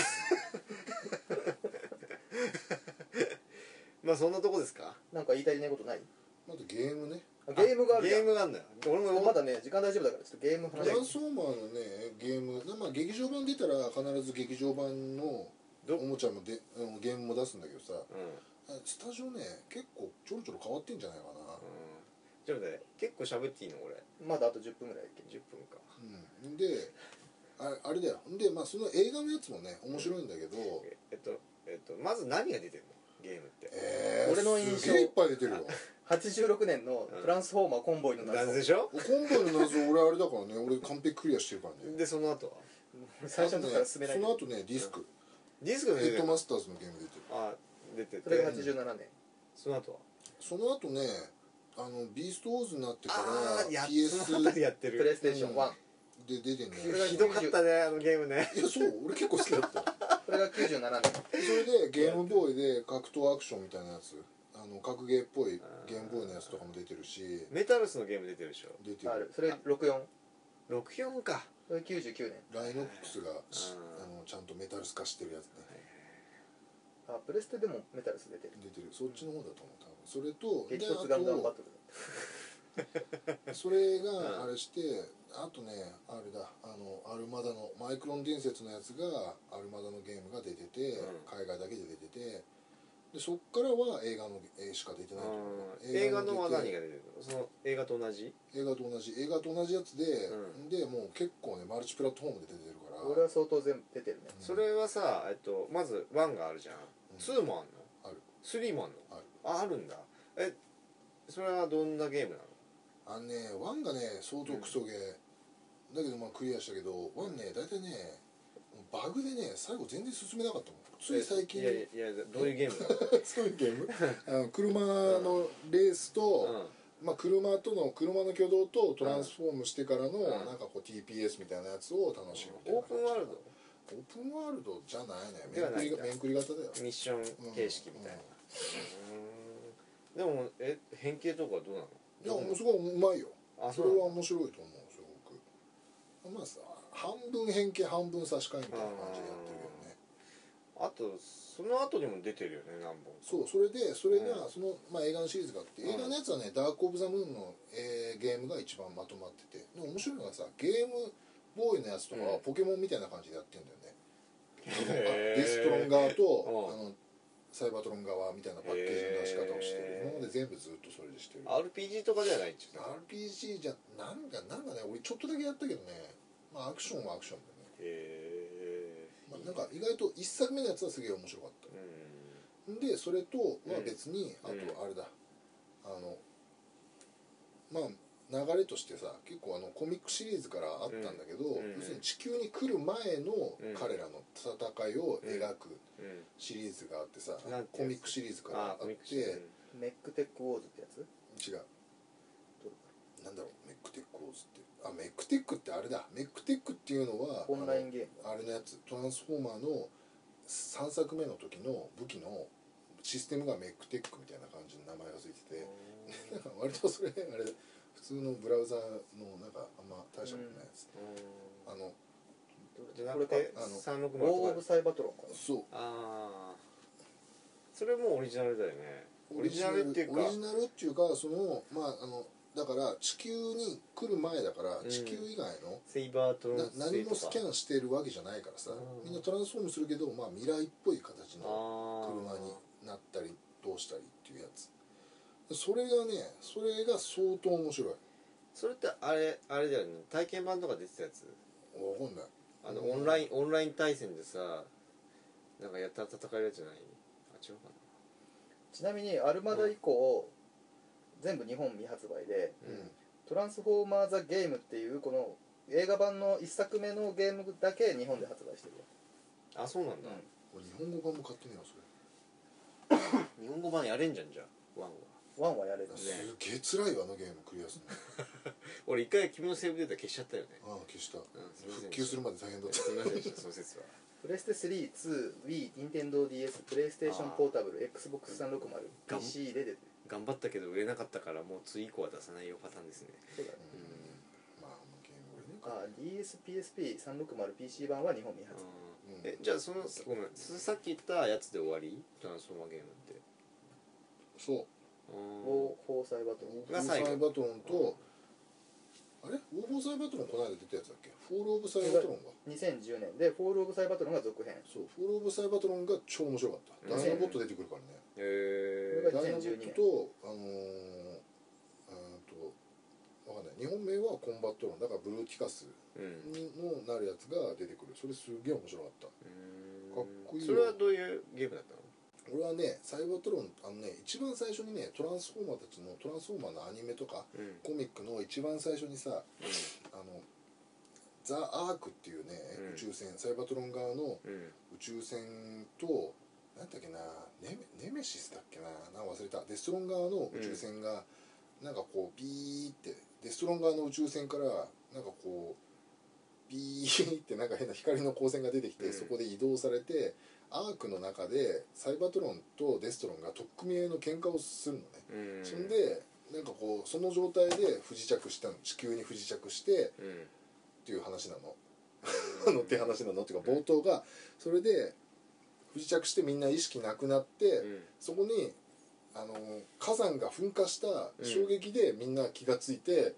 S2: まあそんなとこですか
S1: なんか言いたいねことない
S3: まずゲームね
S1: あゲームがある
S2: ゲ
S1: じゃ
S2: ー
S1: ん
S2: ムがあるんだよ俺も
S1: まだね時間大丈夫だからちょっとゲーム
S3: ト
S1: 話し
S3: ラ
S1: て
S3: ンスフォーマーのねゲームなまあ劇場版出たら必ず劇場版の
S2: ど
S3: おもちゃもでうんゲームも出すんだけどさ
S2: うん、うん、
S3: スタジオね結構ちょろちょろ変わってんじゃないかな
S2: ちょっと待って結構喋っていいの俺
S1: まだあと10分ぐらいだっけ
S2: 10分か
S3: うん、でああれだよでまあその映画のやつもね面白いんだけど、
S2: ええっとえっとまず何が出てるのゲームって
S3: えー、
S1: 俺の印象
S3: すげえいっぱい出てるよ
S1: 86年の「トランスフォーマーコンボイの
S2: なん
S1: 謎
S2: で」しょ
S3: コンボイの謎俺あれだからね俺完璧クリアしてるからね
S2: でその後は
S1: 最初のとこから進めない
S3: あ
S1: け
S3: と
S1: ど
S3: ねその後ねディスク、
S2: ディスクが
S3: ヘ
S2: 出てる
S3: ッド
S2: の
S3: マスターズのゲーム出てる
S2: あ出て
S1: それ
S2: て
S1: が87年
S2: その後は
S3: その後ねあのビーストウォーズになってから
S2: ああーやっその
S3: PS
S2: 辺り
S3: で
S2: やって
S1: プレイ
S2: る
S1: ステーション1、
S3: 出てん
S1: それ
S3: の
S1: が
S3: よ
S1: ひ
S2: ひどかったねあのゲームね
S3: いやそう俺結構好きだった
S1: これが97年
S3: それでゲームボーイで格闘アクションみたいなやつあの格ゲーっぽいゲームボーイのやつとかも出てるし
S2: メタルスのゲーム出てるでしょ
S3: 出て
S1: あ
S3: る
S1: るそれ64
S2: 64か
S1: それ99年
S3: ライノックスがし
S2: うん
S3: あのちゃんとメタルス化してるやつね
S1: あプレステでもメタルス出てる
S3: 出てるそっちの方だと思う多分それと
S1: 激突ガンダムバトル
S3: あとそれ
S2: うん
S3: があれしてあとねあれだあのアルマダのマイクロン伝説のやつがアルマダのゲームが出てて、
S2: うん
S3: 海外だけで出ててでそっからは映画のえーしか出てないと思う
S2: うん映画のは
S3: 出て
S2: 何が出てるのその映画と同じ
S3: 映画と同じ映画と同じやつで、
S2: う
S3: でもう結構ねマルチプラットフォームで出てるから
S1: 俺は相当全部出てるね
S2: それはさえっとまず1があるじゃん
S3: ん
S2: 2もあるの
S3: ある
S2: 3もあるの
S3: ある
S2: ああるんだえそれはどんなゲームなの
S3: あのねワンがね相当クソゲー、だけどまあクリアしたけどワンね大体ねバグでね最後全然進めなかったもんつい最近
S2: いやいやいやどういうゲームなの
S3: そういうゲームあの車のレースと、まあ、車との車の挙動とトランスフォームしてからの、
S2: ん
S3: なんかこう TPS みたいなやつを楽しむみたい
S2: オ
S3: な
S2: ープンワールド
S3: オープンワールドじゃないね
S2: ではないんだ
S3: 面食りが面食り型だよ
S2: ミッション形式みたいなうーんでもえ変形とかどうなの
S3: いやもうすごいうまいよ
S2: あそ
S3: そ
S2: う
S3: れ
S2: な
S3: は
S2: の
S3: 面白いと思うすごくまあさ半分変形半分差し替えみたいな感じでやってるけどね
S2: あとその後にも出てるよね 何本か
S3: そうそれでそれ
S2: う
S3: がその、まあ、映画のシリーズがあって
S2: うん
S3: 映画のやつはね「ダーク・オブ・ザ・ムーンの」えーゲームが一番まとまっててでも面白いのがさゲームボーイのやつとか
S2: う
S3: は
S2: ん
S3: ポケモンみたいな感じでやってんだよね、
S2: へー
S3: デストロン側と、
S2: う
S3: あのサイバートロン側みたいなパッケージの出し方をして
S2: へ
S3: る
S2: ー
S3: 今まで全部ずっとそれでしてる
S2: RPG とかではないっちゅうね
S3: RPG じゃなんかなんかね俺ちょっとだけやったけどね、まあ、アクションはアクションでね、
S2: へえ
S3: まあ、なんか意外と1作目のやつはすげえ面白かっ
S2: う
S3: たでそれとは別に、
S2: うん
S3: あとあれだあのまあ流れとしてさ結構あのコミックシリーズからあったんだけど、
S2: ん
S3: 要するに地球に来る前の
S2: うん
S3: 彼らの戦いを描く
S2: んうん
S3: シリーズがあってさ、
S2: なんてやつ
S3: コミックシリーズからあ
S2: ーコミッ
S3: っ
S2: クシ
S3: て
S2: リーズ
S1: メックテックウォーズってやつ
S3: 違うなんだろうメックテックオーズってあメックテックってあれだメックテックっていうのは
S1: オンラインゲーム
S3: あのあれのやつトランスフォーマーの3作目の時の武器のシステムがメックテックみたいな感じの名前がついててなんか割とそれあれ普通のブラウザーのなんかあんま大したことないやつ、
S2: うん
S3: あの
S2: じゃな
S1: こ
S2: く
S1: れか
S2: て
S3: あの
S2: 360とか
S1: ゴー・オブ・サイバトロンか
S3: そう
S2: ああそれもオリジナルだよねオリジナルっていうか
S3: オリジナルっていうかそのまああのだから地球に来る前だから
S2: うん
S3: 地球以外の、
S2: セイバートロン
S3: な
S2: ス
S3: 何もスキ
S2: ン
S3: ャンしてるわけじゃないからさ
S2: うん
S3: みんなトランスフォームするけど、まあ、未来っぽい形の
S2: 車
S3: 車になったりどうしたりっていうやつそれがねそれが相当面白い
S2: それってあれあれだよね体験版とか出てたやつ
S3: わかんない
S2: あの
S3: うん
S2: オンラインオンライン対戦でさなんかやったら戦えるやつじゃないあ違うか
S1: ちなみにアルマダ以降、全部日本未発売で
S2: な
S3: うん
S1: 「トランスフォーマー・ザ・ゲーム」っていうこの映画版の1作目のゲームだけ日本で発売してるわ、
S2: あそうなんだ
S3: 俺日本語版も買ってみようそれ
S2: 日本語版やれんじゃんじゃあワンは
S1: ワンはやれる
S3: すげえ辛いわあのゲームクリアする
S2: 俺一回君のセーブデータ消しちゃったよね
S3: のああ消した
S2: んすいません
S3: 復旧するまで大変だっ
S2: すみま
S3: た
S2: せんでしたその説は
S1: プレステ3、2、Wii、NintendoDS、プレイステーション
S2: あー
S1: ポータブル、XBOX360、PC で出てる。
S2: 頑張ったけど売れなかったからもう次以降は出さないよパターンですね
S1: そうだね。
S2: うん
S3: まああのゲーム俺
S1: あー、
S3: ね
S1: DS、PSP、360、PC 版は日本未発。
S3: うん
S2: えじゃあそのごめんすさっき言ったやつで終わりトランスフォーマーゲームって
S3: そう
S1: を放送バトル。
S3: オーボーサイバトロンとあれオーボーサイバトロンこの間出たやつだっけフォール・オブ・サイバトロンが
S1: 2010年で、フォール・オブ・サイバトルが続編。
S3: そうフォール・オブ・サイバトロンが超面白かったダイナボット出てくるからね、
S2: へえ
S1: これ
S3: ダ
S1: が
S3: イナボ
S1: 2012
S3: ッ
S1: 年
S3: トとあのー、うーんとわかんない日本名はコンバットロンだからブルーティカス
S2: うん
S3: にもなるやつが出てくるそれすげえ面白かった
S2: うん
S3: かっこいいよ
S2: それはどういうゲームだったの
S3: 俺はねサイバートロンあのね一番最初にねトランスフォーマーたちのトランスフォーマーのアニメとか
S2: うん
S3: コミックの一番最初にさあのザ・アークっていうね
S2: うん
S3: 宇宙船、サイバートロン側の
S2: うんうん
S3: 宇宙船となんだっけなネメネメシスだっけななんか忘れたデストロン側の宇宙船が、なんかこうビーってデストロン側の宇宙船からなんかこうビーってなんか変な光の光線が出てきて、
S2: うん
S3: そこで移動されてアークの中でサイバトロンとデストロンが取っ組み合いの喧嘩をするのね、
S2: うん
S3: そんでなんかこうその状態で不時着したの地球に不時着して
S2: うん
S3: っていう話なのあ のって話なのっていうか冒頭がそれで不時着してみんな意識なくなって、
S2: うん
S3: そこにあの火山が噴火した衝撃でみんな気がついて、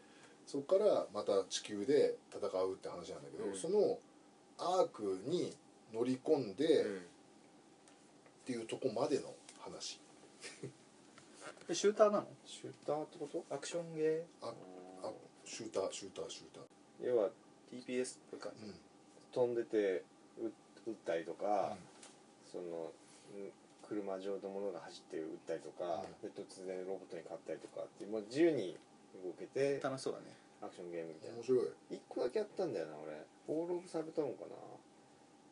S3: そこからまた地球で戦うって話なんだけど、
S2: うん
S3: そのアークに乗り込んでっていうとこまでの話、
S4: シューターなの
S2: シューターってこと
S1: アクションゲ
S3: あシューターシューターシューター
S2: 要は
S1: ー、TPS っぽい感じ。
S3: うん
S2: 飛んでてう撃ったりとか、そのうん車上のものが走って撃ったりとか、で突然ロボットに変わったりとかっていうもう自由に動けて
S4: 楽しそうだね
S2: アクションゲームみたいな
S3: 面白い
S2: 1個だけやったんだよな俺オール・オブ・サブトロンかな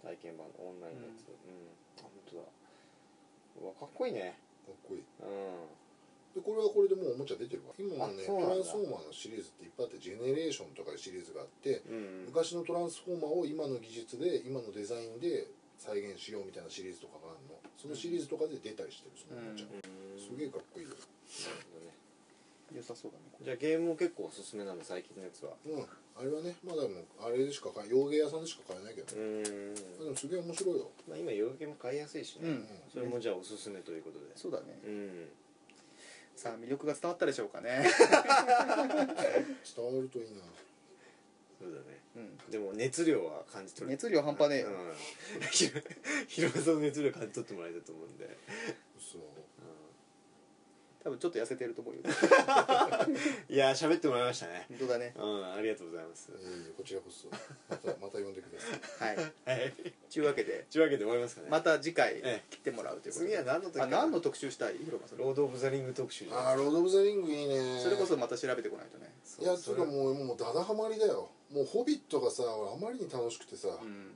S2: 体験版のオンラインのやつうん、あ本当だうわかっこいいね
S3: かっこいい
S2: うん
S3: でこれはこれでもうおもちゃ出てるわ今も
S2: あ
S3: ねト
S2: そうなんだ
S3: ランスフォーマーのシリーズっていっぱいあってジェネレーションとかいうシリーズがあって、
S2: うん
S3: 昔のトランスフォーマーを今の技術で今のデザインで再現しようみたいなシリーズとかがあるのそのシリーズとかで出たりしてるそのおもちゃ、
S2: うん
S3: すげえかっこいいよ
S2: なるほどね
S4: 良さそうだねこ
S2: じゃあゲームも結構おすすめなの最近のやつは
S3: うんあれはねまだもうあれでしか買え洋芸屋さんでしか買えないけど
S2: うん、
S3: ね、でもすげえ面白いよ
S2: まあ、今洋ゲーム買いやすいしね、
S4: れう
S3: うん
S4: ん
S2: それもじゃあおすすめということで
S4: そうだね
S2: うん
S4: さあ魅力が伝わったでしょうかね
S3: 伝わるといいな
S2: そうだね
S4: うん
S2: でも熱量は感じ取れ
S4: 熱量半端ねえよ
S2: うん、 ひろひろさんの熱量感じ取ってもらえたと思うんで、
S3: そう
S4: 多分ちょっと痩せてると思う よ
S2: いやー喋ってもらいましたね
S4: 本当だね
S2: うんありがとうございます
S3: いえいえこちらこそまたまた呼んでください
S4: はい
S2: はい
S4: というわけで
S2: というわけで終わりますかね
S4: また次回
S2: え
S4: 来てもらうということ
S2: 次
S4: で
S2: は何の時
S4: あ何の
S2: 時
S4: 特集したいヒロマさん
S2: ロード・オブ・ザ・リング特集じゃない
S3: ああロード・オブ・ザ・リングいいね
S4: それこそまた調べてこないとね
S2: そ
S3: いやつ
S2: そうれ
S3: かもうもうダダハマりだよもう「ホビット」がさ俺あまりに楽しくてさ、
S4: うん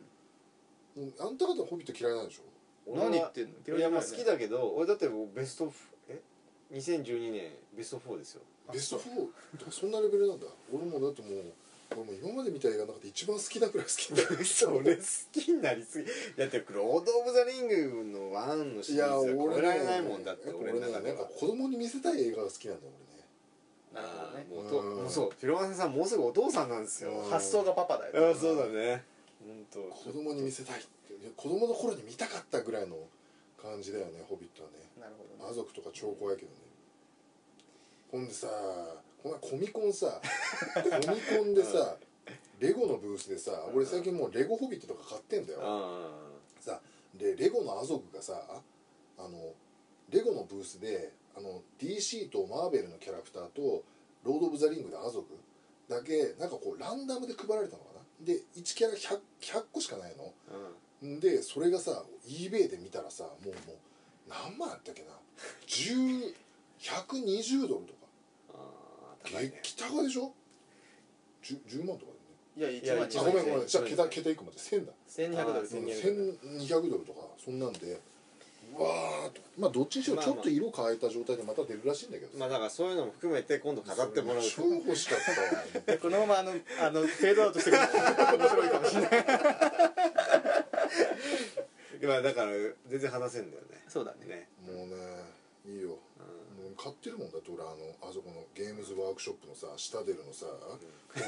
S3: もうあんた方「ホビット」嫌いなんでしょ
S2: 俺は
S4: 何言ってんの
S2: いやまあ好きだけど俺だってもうベストフえ2012年ベスト4ですよ
S3: ベスト4とかそんなレベルなんだ俺もうだってもう俺もう今まで見た映画の中で一番好きなくらい好きだよ
S2: それ好きになりすぎだって「ロード・オブ・ザ・リング」のワンのシリーズは超えられないもんだって
S3: やっぱ
S2: 俺
S3: 俺
S2: の
S3: ね
S2: 中で
S3: なんか
S2: は
S3: 子供に見せたい映画が好きなんだよ
S4: なるほどね
S2: あーもうと
S3: うん
S2: もうそうピロマネさんもうすぐお父さんなんですよ
S3: うん
S2: あ
S4: 発想がパパだよ
S2: ーそうだね本当
S3: 俺ね子供に見せたいっていや子供の頃に見たかったぐらいの感じだよね「ホビット」はね
S4: なるほどね
S3: 家族とか超怖いけどねほんでさこの前コミコンさコミコンでさレゴのブースでさ俺最近もうレゴホビットとか買ってんだよ
S2: あ
S3: さでレゴのアゾグがさあのレゴのブースであの DC とマーベルのキャラクターとロード・オブ・ザ・リングでアゾグだけなんかこうランダムで配られたのかなで1キャラ 100, 100個しかないの
S2: ーうん
S3: んでそれがさ eBay で見たらさもうもう何万やったっけな10 120ドルとか
S2: あー高いね
S3: 激高でしょ 10, 10万とか
S4: いや
S2: いや
S4: 1万
S3: でねあ
S2: 一
S3: ご
S2: 万
S3: めんごめんじゃあ桁桁いくまで1000だ
S4: 1200ドル
S2: あー1200
S3: 1200ドルとかそんなんでうわーっとまあどっちにしろ
S2: まあ
S3: ち
S2: ま
S3: ょ
S2: あ
S3: っと色を変えた状態でまた出るらしいんだけど
S2: ま
S3: さ
S2: あだからそういうのも含めて今度語ってもらう
S3: 超欲しかったわ
S4: このままあのあのフェードアウトしてくれる面白いかもしれない
S2: まあだから全然話せんだよね
S4: そうだね
S2: ね
S3: もうねいいよもう買ってるもんだって俺あのあそこのゲームズワークショップのさシタデルのさ「ホ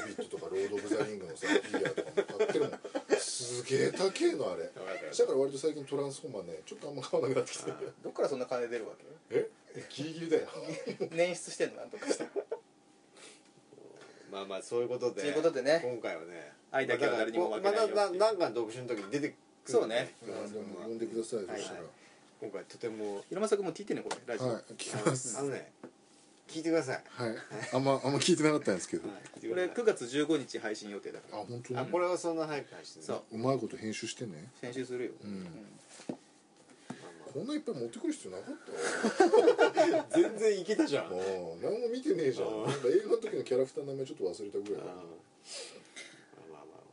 S3: ビット」とか「ロード・オブ・ザ・リング」のさフィギュアとかも買ってるもんすげえ高えのあれ
S2: わかった
S3: だから割と最近トランスフォーマーねちょっとあんま買わなくなってきて
S4: どっからそんな金出るわ
S3: えギリギリだよ
S4: け捻出してんのなんとかして
S2: まあまあそういうことで
S4: ということでね
S2: 今回はね
S4: 愛だけは誰にも負けないよっていう
S2: まあだからなんかの特集の時に出てくる
S4: そうね
S3: いやでも呼んでくださいそしたら
S2: 今回とても
S4: 広間さんも聞いてんねこれラジオ、
S3: はい聞きます
S2: あのね聞いてください
S3: はい、あんま、あんま聞いてなかったんですけど。
S2: はい聞いて
S4: こ
S2: くだ
S4: れ
S2: さ
S4: 9
S2: い
S4: 月15日配信予定だから
S3: あ、本当
S2: あ
S3: に。
S2: これはそんな早く配信
S4: そう
S3: うまいこと編集してね。
S4: 編集するよ、
S3: うん
S4: うん
S3: こんないっぱい持ってくる必要なかった
S2: 全然いけたじゃん
S3: わ。もう、何も見てねえじゃん。
S2: うん
S3: なんか映画の時のキャラクターの名前ちょっと忘れた
S2: ま
S3: ぐらい
S2: あ
S3: だ。
S2: まあ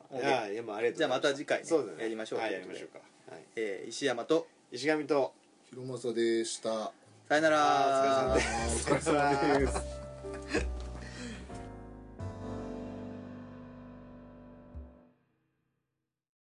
S2: まあまあいやいやまあありがとう
S4: じゃあまた次回ね
S2: そうだね
S4: やりましょう
S2: はい
S4: と
S2: や
S4: いうことで
S2: りましょうかはい
S4: えー石山と
S2: 石神と
S3: 広政でした。
S4: さよなら
S2: あーお疲れ様です